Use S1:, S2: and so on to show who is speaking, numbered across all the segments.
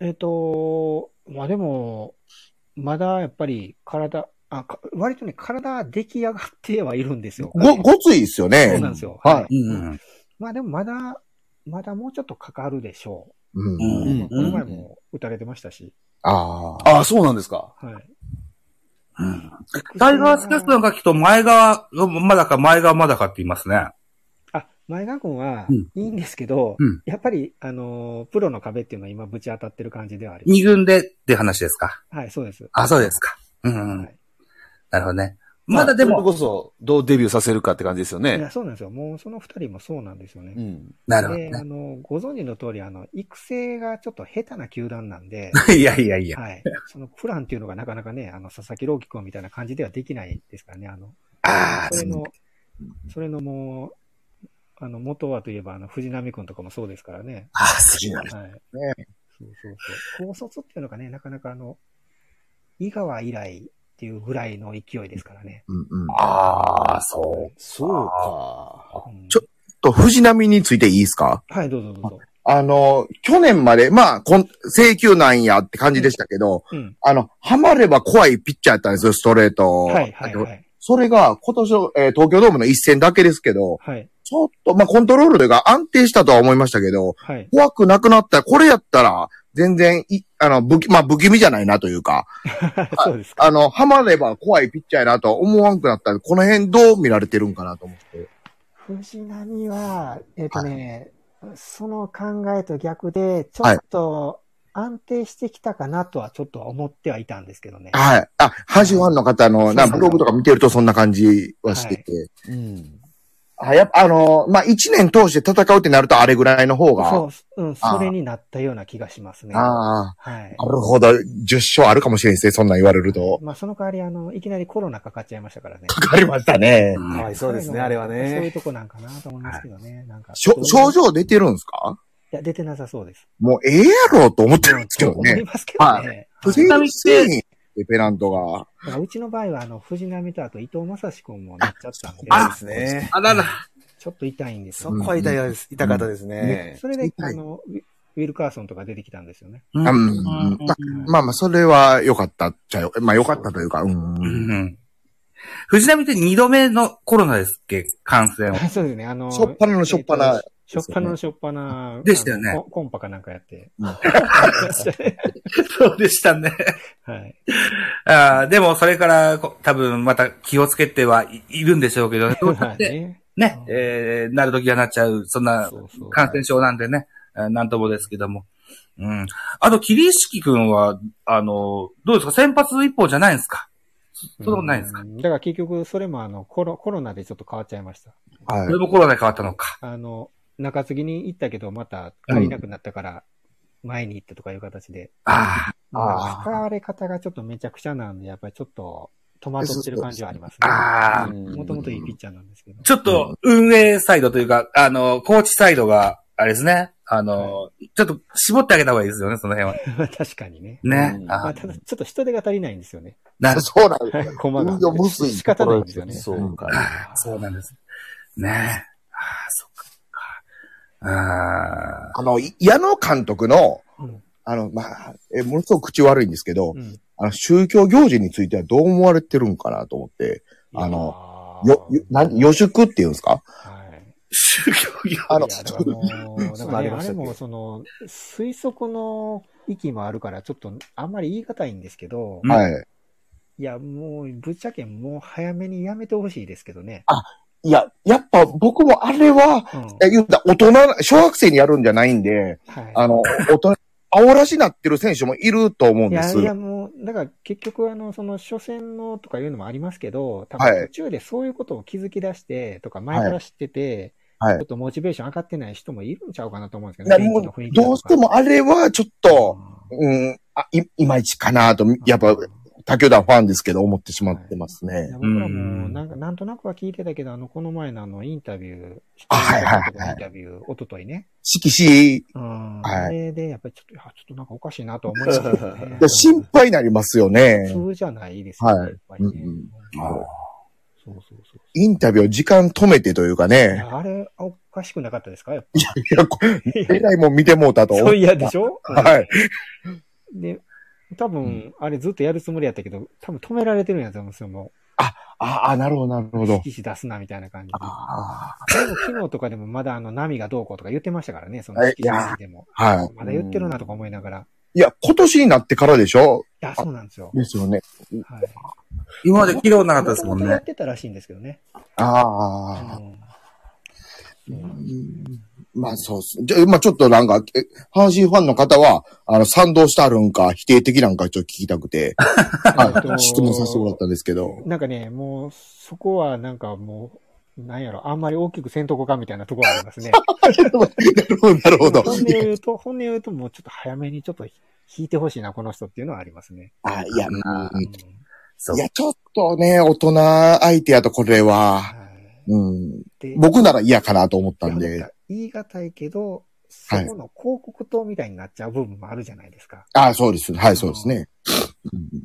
S1: えっと、まあでも、まだやっぱり体、あ、か割とね、体出来上がってはいるんですよ。
S2: ご、ごついですよ
S1: そう
S2: ね。
S1: なんですよ。。
S2: はいい。
S3: うん。
S1: まあでもまだ、まだもうちょっとかかるでしょ
S2: うん。
S1: う。
S3: うん
S1: まあこの前も打たれてましたし。
S2: ああ。
S3: ああ、そうなんですか。
S1: はい。
S3: うん。
S4: タイガースキャストの書きと前側がまだか前側まだかって言いますね。
S1: あ、前川君は
S4: うん
S1: いいんですけど、
S4: うん
S1: やっぱり、あのープロの壁っていうのは今ぶち当たってる感じではあります。
S4: 二軍でって話ですか。
S1: はい、そうです。
S4: あ、そうですか。うん。う
S1: は
S4: ん
S1: い
S4: なるほどね。まだで
S2: それ
S4: も、
S2: こそ、どうデビューさせるかって感じですよ
S1: い
S2: ね
S1: や、。そうなんですよ。もうその二人もそうなんですよね。
S2: うん。
S4: なるほど
S1: で、あ
S4: ね。
S1: の、ご存知の通り、あの、育成がちょっと下手な球団なんで、
S4: いやいやいや。
S1: はい。そのプランっていうのがなかなかね、あの、佐々木朗希君みたいな感じではできないですからね、あの、
S4: ああ、
S1: それ
S4: そう
S1: の、それのもう、あの、元はといえば、あの、藤波君とかもそうですからね。
S4: ああ、そうなる。
S1: はい。そうそうそう。高卒っていうのがね、なかなかあの、井川以来っていうぐらいの勢いですからね。
S2: うんうん。
S4: ああ、そう。
S2: そうか。
S1: うん
S2: ちょと、藤波についていいですか
S1: はい、どうぞどうぞ。
S2: あの、去年まで、まあ、こん、請求なんやって感じでしたけど、
S1: うん。
S2: あの、ハマれば怖いピッチャーやったんですよ、ストレート。
S1: はい、はい、はい。
S2: それが、今年の、えー東京ドームの一戦だけですけど、
S1: はい、
S2: ちょっと、まあ、コントロールが安定したとは思いましたけど、
S1: はい。
S2: 怖くなくなったら、これやったら、全然、い、あの、不気、まあ、不気味じゃないなというか、
S1: そうですか。
S2: あの、ハマれば怖いピッチャーやなとは思わんくなったんで、この辺どう見られてるんかなと思って。
S1: 藤波は、えっ、とね、その考えと逆で、ちょっと安定してきたかなとはちょっとは思ってはいたんですけどね。
S2: はい。あ、阪神ファンの方の、
S1: そ
S2: な、
S1: うそう
S2: ブログとか見てるとそんな感じはしてて。
S3: うん。
S2: あ、やっぱ、あの、まあ、一年通して戦うってなるとあれぐらいの方が。
S1: そう、うん、それになったような気がしますね。
S2: あ
S1: はい
S2: あ、。なるほど。10勝あるかもしれんですね。そんなん言われると。
S1: まあ、その代わり、あの、いきなりコロナかかっちゃいましたからね。
S2: かかりましたね。
S3: かわいそうですね、あれは
S1: そういう
S3: ね。
S1: とこなんかなと思いますけどね。なんか。
S2: しょ症
S1: い
S2: 状出てるんですか
S1: や、出てなさそうです。
S2: もうええやろうと思ってるんですけど
S1: 思い
S2: ね。
S1: ますけどね。
S2: 不
S1: はい
S2: 正
S4: い
S2: に製品でペナントが。
S1: だからうちの場合は、あの、藤波とあと伊藤正史君もなっちゃったんで、
S3: あですね。
S4: あらら。
S1: ちょっと痛いんです
S3: そ
S1: よ。
S3: こは痛いです。痛かったですね。
S1: それで、
S2: 痛
S1: あ
S2: い
S1: の、ウィウィルカーソンとか出てきたんですよね。
S4: う
S2: うんん。ままあまあ、それは良かったっちゃよ。まあ良かったというか、う。
S4: うんん。藤波って二度目のコロナですっけ感染は。
S1: そうですね、あの、
S2: しょっぱなのしょっぱな
S1: えっと。しょっぱなのしょっぱな。
S4: でしたよね
S1: あのコンコンパかなんかやって。
S4: そうでしたね。
S1: はい。
S4: ああ、でもそれからこ多分また気をつけてはいいるんでしょうけどね。
S1: はいね。
S4: ね、えー、なるときはなっちゃう、そんな
S1: そうそう
S4: 感染症なんでね、えーなんともですけども。うん。あと、桐敷くんは、あの、どうですか先発一本じゃないんですかそそうでもないんですか
S1: うんだから結局、それもあの、コロ、コロナでちょっと変わっちゃいました。
S4: そ
S2: は
S4: れ
S2: い。
S4: もコロナに変わったのか。
S1: あの、中継ぎに行ったけど、また帰りなくなったから、前に行ったとかいう形で。
S4: あ
S1: ま
S2: あ
S1: あ
S2: ー
S1: 使われ方がちょっとめちゃくちゃなんで、やっぱりちょっと戸惑ってる感じはあります
S4: あ、
S1: ね。
S4: ああ、
S1: もともといいピッチャーなんですけど。
S4: ちょっと、運営サイドというか、あの、コーチサイドが、あれですね。あの、ちょっと絞ってあげた方がいいですよね、その辺は。
S1: 確かにね。
S4: ね。
S3: うん
S1: ま
S4: あ
S1: あ、ただ、ちょっと人手が足りないんですよ ね。
S4: なる
S2: そうなんです。
S1: 駒が
S2: 運。動無水
S1: 仕方ないんですよね。
S3: そうか。
S4: そうなんです。ねえ。ああ、そっか。ああ。
S2: あの、い矢野監督の、
S1: うん
S2: あの、まあ、えものすごく口悪いんですけど、
S1: うん
S2: あの、宗教行事についてはどう思われてるんかなと思って、あ
S1: の
S2: よ、よ、なん、予宿って言うんですか
S1: はい。
S4: 宗教業
S2: あの
S1: いやだからも うだ
S3: そう
S1: から
S3: な
S1: ね
S3: り
S1: あ
S3: まし
S1: れ
S3: たっけ
S1: もその、推測の域もあるから、ちょっとあんまり言い難いんですけど、
S4: うん
S2: はい。
S1: いや、もう、ぶっちゃけもう早めにやめてほしいですけどね。
S2: いや、やっぱ僕もあれは、
S1: うん。
S2: え言うたら大人な、小学生にやるんじゃないんで、
S1: はい。
S2: あの、大人、煽らしなってる選手もいると思うん
S1: い
S2: で
S1: や、
S2: す。
S1: いや、もう、だから結局、あの、その、初戦のとかいうのもありますけど、多
S2: はい
S1: 分途中でそういうことを気づき出して、とか前から知ってて、
S2: はい
S1: ちょっとモチベーション上がってない人もいるんちゃうかなと思うんですけ
S2: い
S1: ど
S2: や
S1: ね、ベ
S2: も
S1: ンチの雰囲
S2: う、
S1: 気だと
S2: どう
S1: か
S2: してもあれはちょっと、うん、あい、いまいちかなと、やっぱ、他球団ファンですけど、思ってしまってます
S1: い
S2: ね。
S1: や僕らも
S4: うん
S1: なんか、なんとなくは聞いてたけど、あの、この前のあの、インタビュー、
S2: あはいはいはい
S1: 出演者の方のインタビュー、おとといね。
S2: 色紙、い
S1: うん。
S2: はい
S1: あれで、やっぱりちょっと、いやちょっとなんかおかしいなとは思いましたけど
S2: 。
S1: ね
S2: や心配になりますよね。
S1: 普通じゃないですよね、
S2: はい
S1: やっぱりね
S2: うんうん
S1: うん
S4: あー
S1: そうそうそう。
S2: インタビューを時間止めてというか
S1: い
S2: ね、
S1: やあれ、おかしくなかったですかやっぱ
S2: いや、こえらいもん見てもうたと。
S1: そういやでしょ
S2: はい。
S1: で、多分、あれずっとやるつもりやったけど、多分止められてるんやと思うんですよ、も
S2: ああ、なるほど、なるほ
S1: う
S2: ど。。
S1: 記事出すな、みたいな感じで。
S2: あ
S1: でも昨日とかでもまだあの、波がどうこうとか言ってましたからね、その
S2: はい
S1: 記事についても。
S2: あ、はい。
S1: まだ言ってるなとか思いながら。
S2: いや、今年になってからでしょ
S1: いや、そうなんですよ。
S2: ですよね。
S1: はい。
S4: 今まで器用なかった
S1: も
S4: です
S1: と
S4: も
S1: も
S4: ん
S1: とや
S4: ね
S1: っ。てたらしいんですけどね。
S2: ああ。
S1: うん
S2: まあそうっす。じゃあ、まあちょっとなんか、え阪神ファンの方は、あの、賛同したるんか、否定的なんかちょっと聞きたくて、はい。質問させてもらったんですけど。
S1: なんかね、もう、そこはなんかもう、なんやろ、あんまり大きくせんとこかみたいなところありますね。
S2: なるほど、なるほど。
S1: 本音を言うと、本音を言うと、もうちょっと早めにちょっと引いてほしいな、この人っていうのはありますね。
S2: あ、いや、まあ
S1: うん
S4: そう
S2: い。や、ちょっとね、大人相手やとこれは、
S1: はい
S2: うん。
S1: で
S2: 僕なら嫌かなと思ったん
S1: いや
S2: で
S1: な、か言い難いけど、そこの広告塔みたいになっちゃう部分もあるじゃないですか。
S2: あそうです。はい、そうですね。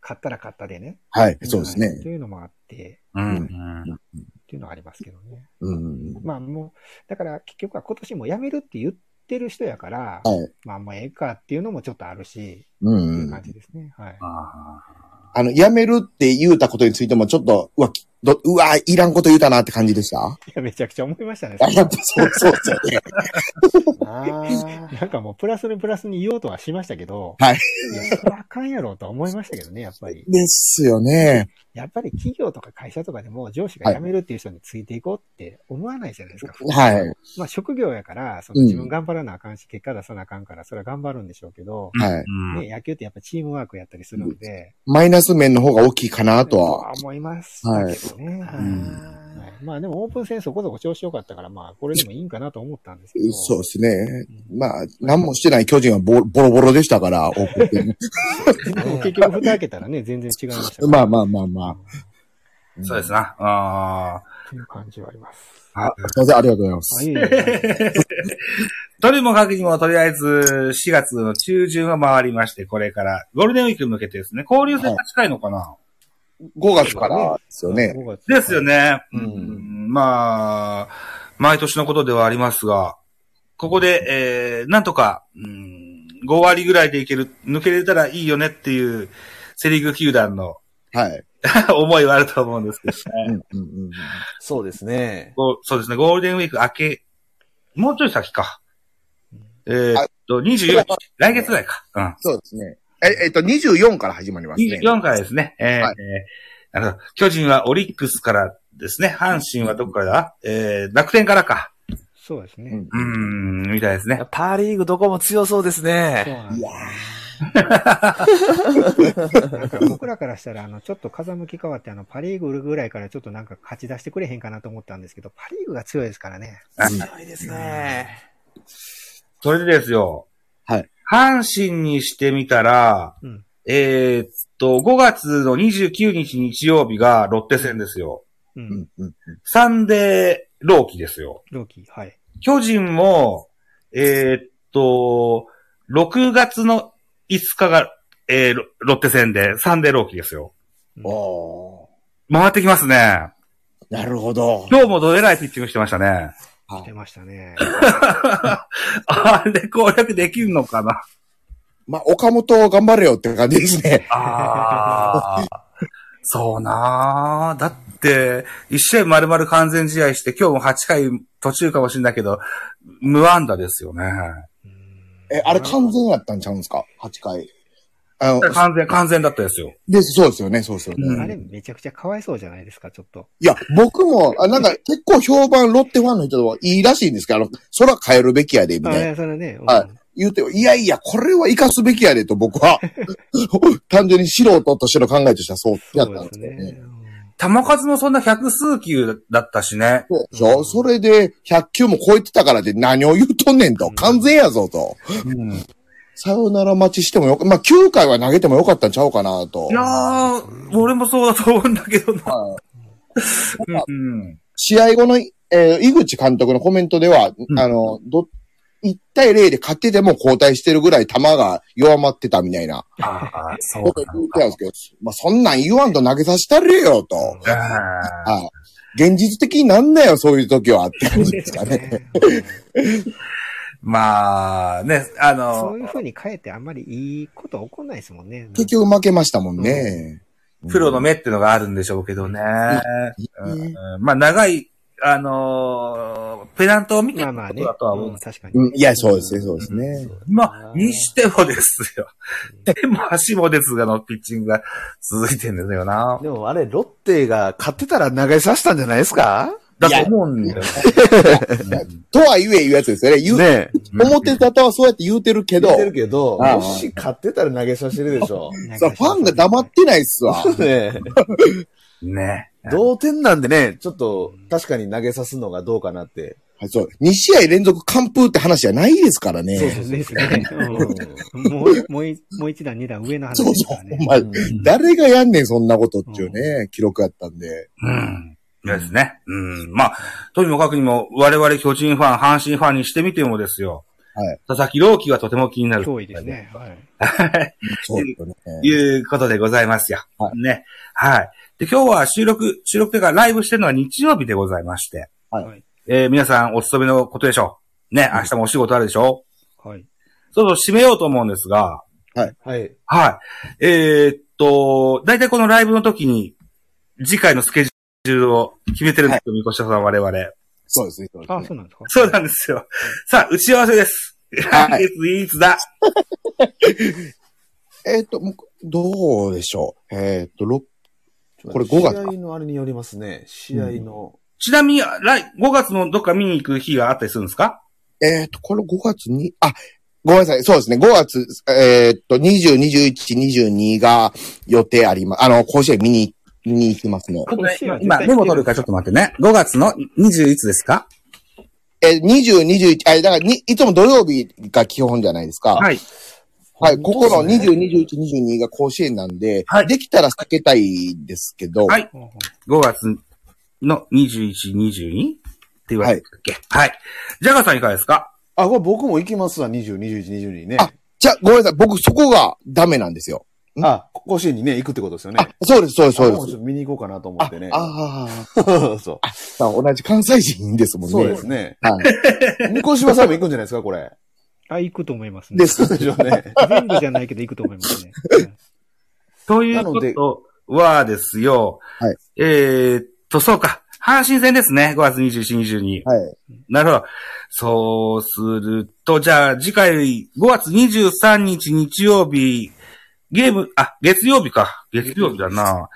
S1: 買ったら買ったでね。
S2: はい、そうです
S1: はい
S2: ね。
S1: というのもあって、
S4: うん。うん
S1: っていうのはありますけどね。
S2: うん。
S1: まあもう、だから結局は今年も辞めるって言ってる人やから、
S2: はい。
S1: まあもうええかっていうのもちょっとあるし、
S2: う
S1: っていうん感。じですね。はい。
S4: あー
S2: あの、辞めるって言うたことについても、ちょっと、うわ、きどうわ、いらんこと言うたなって感じでした
S1: いや、めちゃくちゃ思いましたね。
S2: あやっぱそう、そうです よね。
S3: あ
S1: なんかもうプラスにプラスに言おうとはしましたけど、
S2: はい
S1: や。それはあかんやろうとは思いましたけどね、やっぱり。
S2: ですよね。
S1: やっぱり企業とか会社とかでも上司が辞めるっていう人についていこうって思わないじゃないですか。
S2: はい。
S1: まあ職業やから、そ
S2: うん
S1: の自分頑張らなあかんし、結果出さなあかんから、それは頑張るんでしょうけど、
S2: はい。
S4: うん
S1: ね、野球ってやっぱチームワークやったりするんで、
S2: マイナス面の方が大きいかなとは。
S1: 思います
S2: はい
S1: けどね。はい
S4: ん
S1: はいまあでもオープン戦そこそこ調子良かったから、まあこれでもいいんかなと思ったんですけど。
S2: そうですね。まあ、何もしてない巨人はボボロボロでしたから、多く て
S1: でも結局蓋開けたらね、全然違いましたから
S2: まあまあまあまあ。
S4: そうですな。あ
S1: という感じはあります。
S4: あ。あ
S2: すいません、ありがとうございます
S1: あ、い。えいえ。
S4: とにもかくにも、とりあえず、4月の中旬は回りまして、これから、ゴールデンウィークに向けてですね、交流戦が近いのかな、
S2: 5月からですよね。
S1: 5月
S4: ですよ。ね。
S3: うん
S4: うんまあ、毎年のことではありますが、ここで、えー、なんとか、うん、5割ぐらいでいける、抜けれたらいいよねっていう、セリーグ球団の
S2: はい。
S4: 思いはあると思うんですけどね。
S2: うんうんうん
S3: そうですね。
S4: こうそうですね、ゴールデンウィーク明け、もうちょい先か。えー、っと、24日、来月ぐらいか。うん。
S2: そうですね。え、えっと、24から始まりますね。
S4: 24からですね。えー
S2: はい
S4: えーなるほど巨人はオリックスからですね。阪神はどこからだえー、楽天からか。
S1: そうですね。
S2: うん
S4: うーん、みたいですね。
S3: パーリーグどこも強そうです
S1: そう
S3: ね。
S1: なんですよなんか僕らからしたら、あの、ちょっと風向き変わって、あの、パリーグぐらいからちょっとなんか勝ち出してくれへんかなと思ったんですけど、パリーグが強いですからね。
S3: 強いですね。
S4: それでですよ。
S2: はい。
S4: 阪神にしてみたら、
S1: うん
S4: えーっと、5月の29日日曜日がロッテ戦ですよ。
S1: う。
S2: うんんうん
S4: サンデーローキですよ。
S1: ローキー、はい。
S4: 巨人も、えーっと、6月の5日が、えーロロッテ戦でサンデーローキですよ。
S2: おー
S4: 回ってきますね。
S2: なるほど。
S4: 今日もどえらいピッチングしてましたね。
S1: 出ましたね。
S4: あれ攻略できるのかな
S2: まあ、岡本頑張れよって感じですね。
S4: ああ。そうなあ。だって、一試合丸々完全試合して、今日も8回途中かもしれないけど、無安打ですよね。
S2: え、あれ完全やったんちゃうんですか ?8 回。あの、
S4: 完全、完全だったですよ。
S2: です、そうですよね、そうですよね。
S4: うん
S1: あれめちゃくちゃかわいそうじゃないですか、ちょっと。
S2: いや、僕も、あなんか結構評判、ロッテファンの人はいいらしいんですけど、あの、空変えるべきやで、み
S1: あ
S2: たいな。
S1: れ、それね。うん
S2: はい言うて、いやいや、これは生かすべきやでと僕は、 単純に素人としての考えとしてはそうや
S1: そ
S2: っ
S1: う
S2: たんで
S1: ですす
S2: けど
S1: ね
S2: ね。。
S4: 球数もそんな百数球だったしね。
S2: そうでしょそれで、100球も超えてたからで何を言うとんねんと。完全やぞと。
S4: うん、い
S2: さよなら待ちしてもよか、まあ、9回は投げてもよかったんちゃうかなと。
S4: やー、俺もそうだと思うんだけどな。
S2: はい
S4: うん、
S2: 試合後の、えー井口監督のコメントでは、
S4: ん
S2: あの、ど、1対0で勝ってても交代してるぐらい球が弱まってたみたいな
S4: ああ、そ
S2: こ
S4: う
S2: と
S4: か
S2: 言ってたんですけど、まあ、そんなん言わんと投げさせたれよと。
S4: あー
S2: はい。現実的になんなよ、そういう時は、って感じですかね。
S4: まあ、ね、あの
S1: そう、いう風に変えてあんまりいいこと起こんないですもんね。
S2: 結局負けましたもんね。
S4: プロの目ってのがあるんでしょうけどね。
S2: うん
S4: うんまあ、長い、あのーペナントを見て
S1: まあまあ
S4: ること
S1: ね。
S4: だとは思うん
S1: う
S4: で
S1: ん確
S4: す
S1: か
S2: うん。
S1: に。
S2: いや、そうですね、そうですね。
S4: まあ、にしてもですよ。手も足もですがのピッチングが続いてんですよな。
S3: でもあれ、ロッテが勝ってたら投げさせたんじゃないですか
S4: だと思うんだよね。
S2: とは言え言うやつですよね。言う、
S3: ねえ。
S2: 表沙汰はそうやって言うてるけど、
S3: 言っ
S2: そ
S3: てるけど、
S2: ああ
S3: もし勝ってたら投げさせるでしょ。
S2: うファンが黙ってないっすわ。
S3: ねえ
S4: ね。
S3: 同点なんでね、ちょっと確かに投げさすのがどうかなって。
S2: はいそう。2試合連続完封って話じゃないですからね。
S1: そうそうですね。うんもう、もうい、もう一段、二段上の話
S2: そう
S1: です
S2: そ
S1: から
S2: う。
S1: ね。
S2: ほんま誰がやんねん、そんなことっていうね、記録やったんで。
S4: うん。ですね。うん。まあ、とにもかくにも、我々巨人ファン、阪神ファンにしてみてもですよ。
S2: はい。
S4: 佐々木朗希がとても気になる。
S1: 脅威です。ね。はい。。
S2: そうですよね。
S4: いうことでございますよ。
S2: は
S4: ね。はい。で、今日は収録、収録というか、ライブしてるのは日曜日でございまして。
S2: はい
S4: えー皆さんお勤めのことでしょう。ね、明日もお仕事あるでしょ
S1: はい。
S4: う。そろそろ締めようと思うんですが、
S3: はい。
S4: はい。えーっと、だいたいこのライブの時に、次回のスケジュールを決めてるんですよ、みこしさん、我々。
S2: そうですね。そうです
S1: あ、
S2: ね
S1: そうなんですか
S4: そうなんですよ。さあ、打ち合わせです。
S2: はい
S4: 来月 いつだ
S2: えっと、もうどうでしょう。えっと、ろこれ5月か
S3: 試合のあれによりますね。試合の。
S4: ちなみに、来、5月のどっか見に行く日があったりするんですか
S2: えっと、この5月に、あ、ごめんなさい。そうですね。5月、えっと、20、21、22が予定あります。あの、甲子園見に、見に行きますね。
S1: 今年は絶対
S4: 今、メモ取るからちょっと待ってね。5月の21ですか
S2: えー、20、21、あ、だからに、いつも土曜日が基本じゃないですか。
S4: はい。
S2: はい、ここの
S3: 本当です
S2: 20、21、22が甲子園なんで、
S4: はい
S2: できたら避けたいですけど、
S4: はい
S1: ほうほ
S4: 5月の21、22? って言われてたっけはい。ジャガーさんいかがですか
S3: あ、これ僕も行きますわ。20、21、22ね。
S2: あじゃあ、ごめんなさい、僕そこがダメなんですよ。
S3: あ、甲子園にね、行くってことですよね。
S2: あ、そうです、そうです、そう
S3: 僕も
S2: で
S3: ち
S2: す
S3: ょっ。と見に行こうかなと思
S2: あ
S3: ってね、。
S2: あー
S3: そ
S2: さあ、同じ関西人ですも
S3: う。
S2: んね。
S3: そうですね。
S2: はい。
S3: 向島さんも行くんじゃないですか、これ。
S1: あ、行くと思いますね。
S2: です。
S3: でしょうね。
S1: 全部じゃないけど行くと思いますね。
S4: ということはですよ。
S2: なの
S4: えーっと、そうか。阪神戦ですね。5月21、22。
S2: はい。
S4: なるほど。そうすると、じゃあ次回5月23日日曜日、ゲーム、あ、月曜日か。月曜日だな。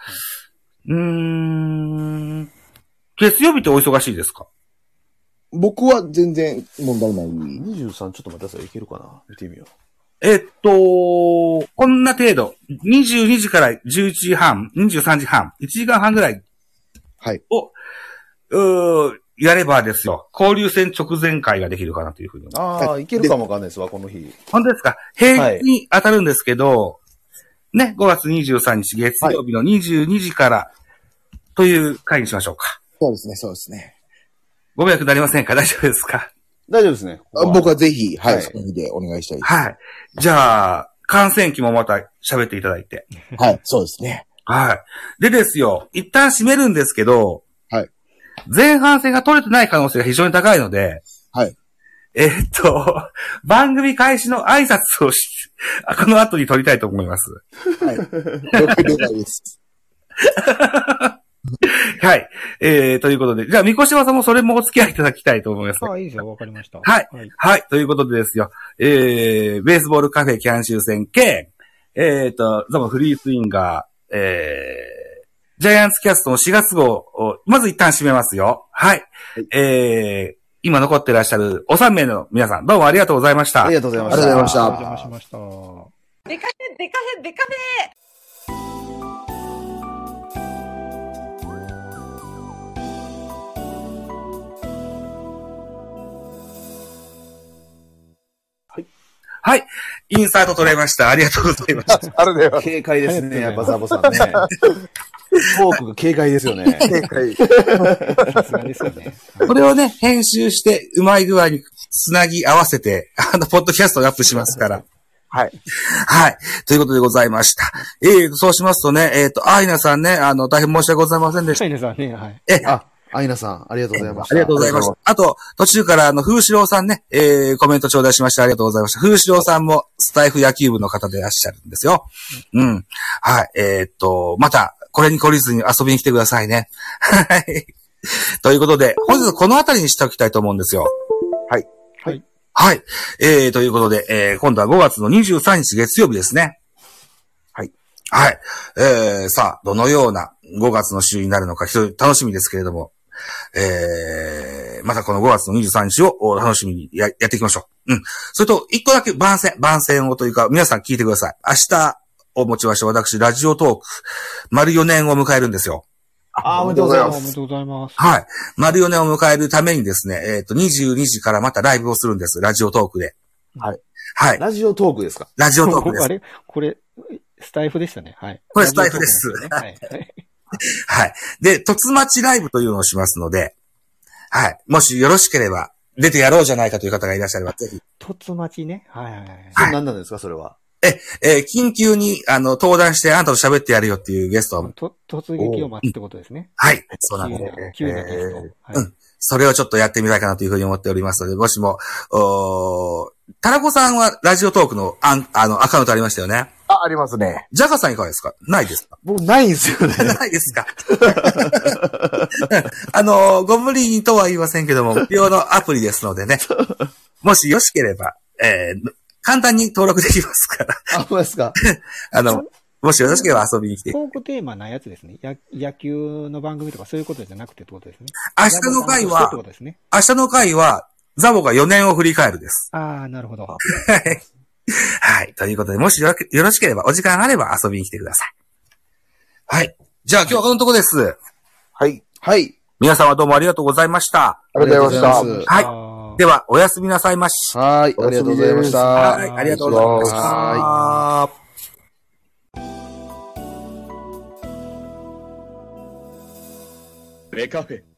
S4: うーん。月曜日ってお忙しいですか
S2: 僕は全然問題ない。
S3: 23、ちょっと待ってください。行けるかな見てみよ
S4: えっと、こんな程度、22時から11時半、23時半、1時間半ぐらい
S2: はい。
S4: を、うーやればですよ、交流戦直前会ができるかなというふうに
S3: う。ああ、行けるかもわかんないですわ、この日。
S4: 本当ですか平日に当たるんですけど、ね、5月23日月曜日の22時からという会にしましょうか。
S2: そうですね、そうですね。
S4: ご迷惑になりませんか大丈夫ですか
S3: 大丈夫ですね。
S2: あ僕はぜひ、はい、
S3: はい
S2: その日でお願いしたいです。
S4: はい。じゃあ、感染期もまた喋っていただいて。
S2: はい、そうですね。
S4: はい。でですよ、一旦閉めるんですけど、
S2: はい。
S4: 前半戦が取れてない可能性が非常に高いので、
S2: はい。
S4: えーっと、 番組開始の挨拶をし、この後に取りたいと思います。
S2: はい。了解了解です。
S4: はい。えー、ということで。じゃあ、三越さんもそれもお付き合いいただきたいと思います。
S1: あ、いいですよ。わかりました。
S4: はい
S1: はい。
S4: はい。ということでですよ。えー、ベースボールカフェキャン修戦兼、えーと、ザボフリースインガー、えー、ジャイアンツキャストの4月号を、まず一旦締めますよ。はい。えー、今残ってらっしゃるお3名の皆さん、どうもありがとうございました。
S3: ありがとうございました。
S2: ありがとうございました
S1: お邪魔しました。
S5: デカフェデカフェデカフェ
S4: はい。インサート取れました。ありがとうございました。
S2: ありがとうござ います。
S3: 警戒ですね、
S1: あ
S3: や
S1: り
S3: っ
S1: がと
S3: ぱザボさんね。フォークが警戒ですよ ね。
S1: さすがですよね。
S4: これをね、編集して、うまい具合につなぎ合わせて、あの、ポッドキャストをアップしますから。
S2: はい。
S4: はい。ということでございました。えー、そうしますとね、えっ、と、アイナさんね、あの、大変申し訳ございませんでした。
S1: シャイネさんね、はい。
S4: え、
S3: あ
S6: アイナさん、ありがとうございました。
S4: ありがとうございました。あと、途中から、あの、風志郎さんね、えー、コメント頂戴しましてありがとうございました。風志郎さんも、スタイフ野球部の方でいらっしゃるんですよ。うん。はい。えーっと、また、これに懲りずに遊びに来てくださいね。はい。ということで、本日この辺りにしておきたいと思うんですよ。はい。
S1: はい。
S4: はい。えー、ということで、えー、今度は5月の23日月曜日ですね。はい。はい。えー、さあ、どのような5月の週になるのか、非常に楽しみですけれども、えー、またこの5月の23日をお楽しみにややっていきましょう。うん。それと、一個だけ番宣、番宣をというか、皆さん聞いてください。明日をもちまして、私、ラジオトーク、丸4年を迎えるんですよ。
S3: あー、おめでと
S1: ど
S3: う
S1: うもあ
S3: ございま
S1: りが
S3: す。
S1: とうございます。
S4: はい。丸4年を迎えるためにですね、えっ、と、22時からまたライブをするんです。ラジオトークで。
S3: はい。
S4: はい。
S3: ラジオトークですか
S4: ラジオトークで
S1: あ
S4: す。
S1: れこれ、スタイフでしたね。はい。
S4: これスタイフです
S1: はい。はい
S4: はい。で、突待ちライブというのをしますので、はい。もしよろしければ、出てやろうじゃないかという方がいらっしゃれば、ぜひ。
S1: 突待ちね。はいはいはい。
S4: はい
S3: 何なんですか、それは。
S4: えー緊急に、あの、登壇して、あんたと喋ってやるよっていうゲストは、
S1: と突撃を待つってことですね。
S4: はい。そうなんです。
S1: 急な急なゲストはい
S4: うんそれをちょっとやってみたいかなというふうに思っておりますので、もしも、おータラコさんはラジオトークのアン、あの、アカウントありましたよね。
S3: あ、ありますね。
S4: ジャガさんいかがですかないですか
S3: 僕、ないんですよね。
S4: ないですかあの、ご無理にとは言いませんけども、無料のアプリですのでね。もしよしければ、えー簡単に登録できますから。
S3: あ、ほんまですか。
S4: あ の、もしよろしければ遊びに来て。
S1: トークテーマないやつですね。や野球の番組とかそういうことじゃなくてってことですね。
S4: 明日の回
S1: ラ
S4: は
S1: ジオ番組としてってこ、とですね。
S4: 明日の回は、ザボが4年を振り返るです。
S1: ああ、なるほど。
S4: はい。ということで、もしよろよろしければ、お時間あれば遊びに来てください。はい。じゃあ今日はこのとこです。
S3: はい。
S6: はい。
S4: 皆様どうもありがとうございました。
S2: ありがとうございま
S6: あ
S2: し
S6: りがとうございま
S2: た
S6: す。
S4: は
S1: あ
S4: い
S1: ー
S4: では、おやすみなさいまし。
S6: はい、ありがとうございました。
S4: は。
S6: はい
S4: ありがとうございました。
S6: は
S3: レカフェ。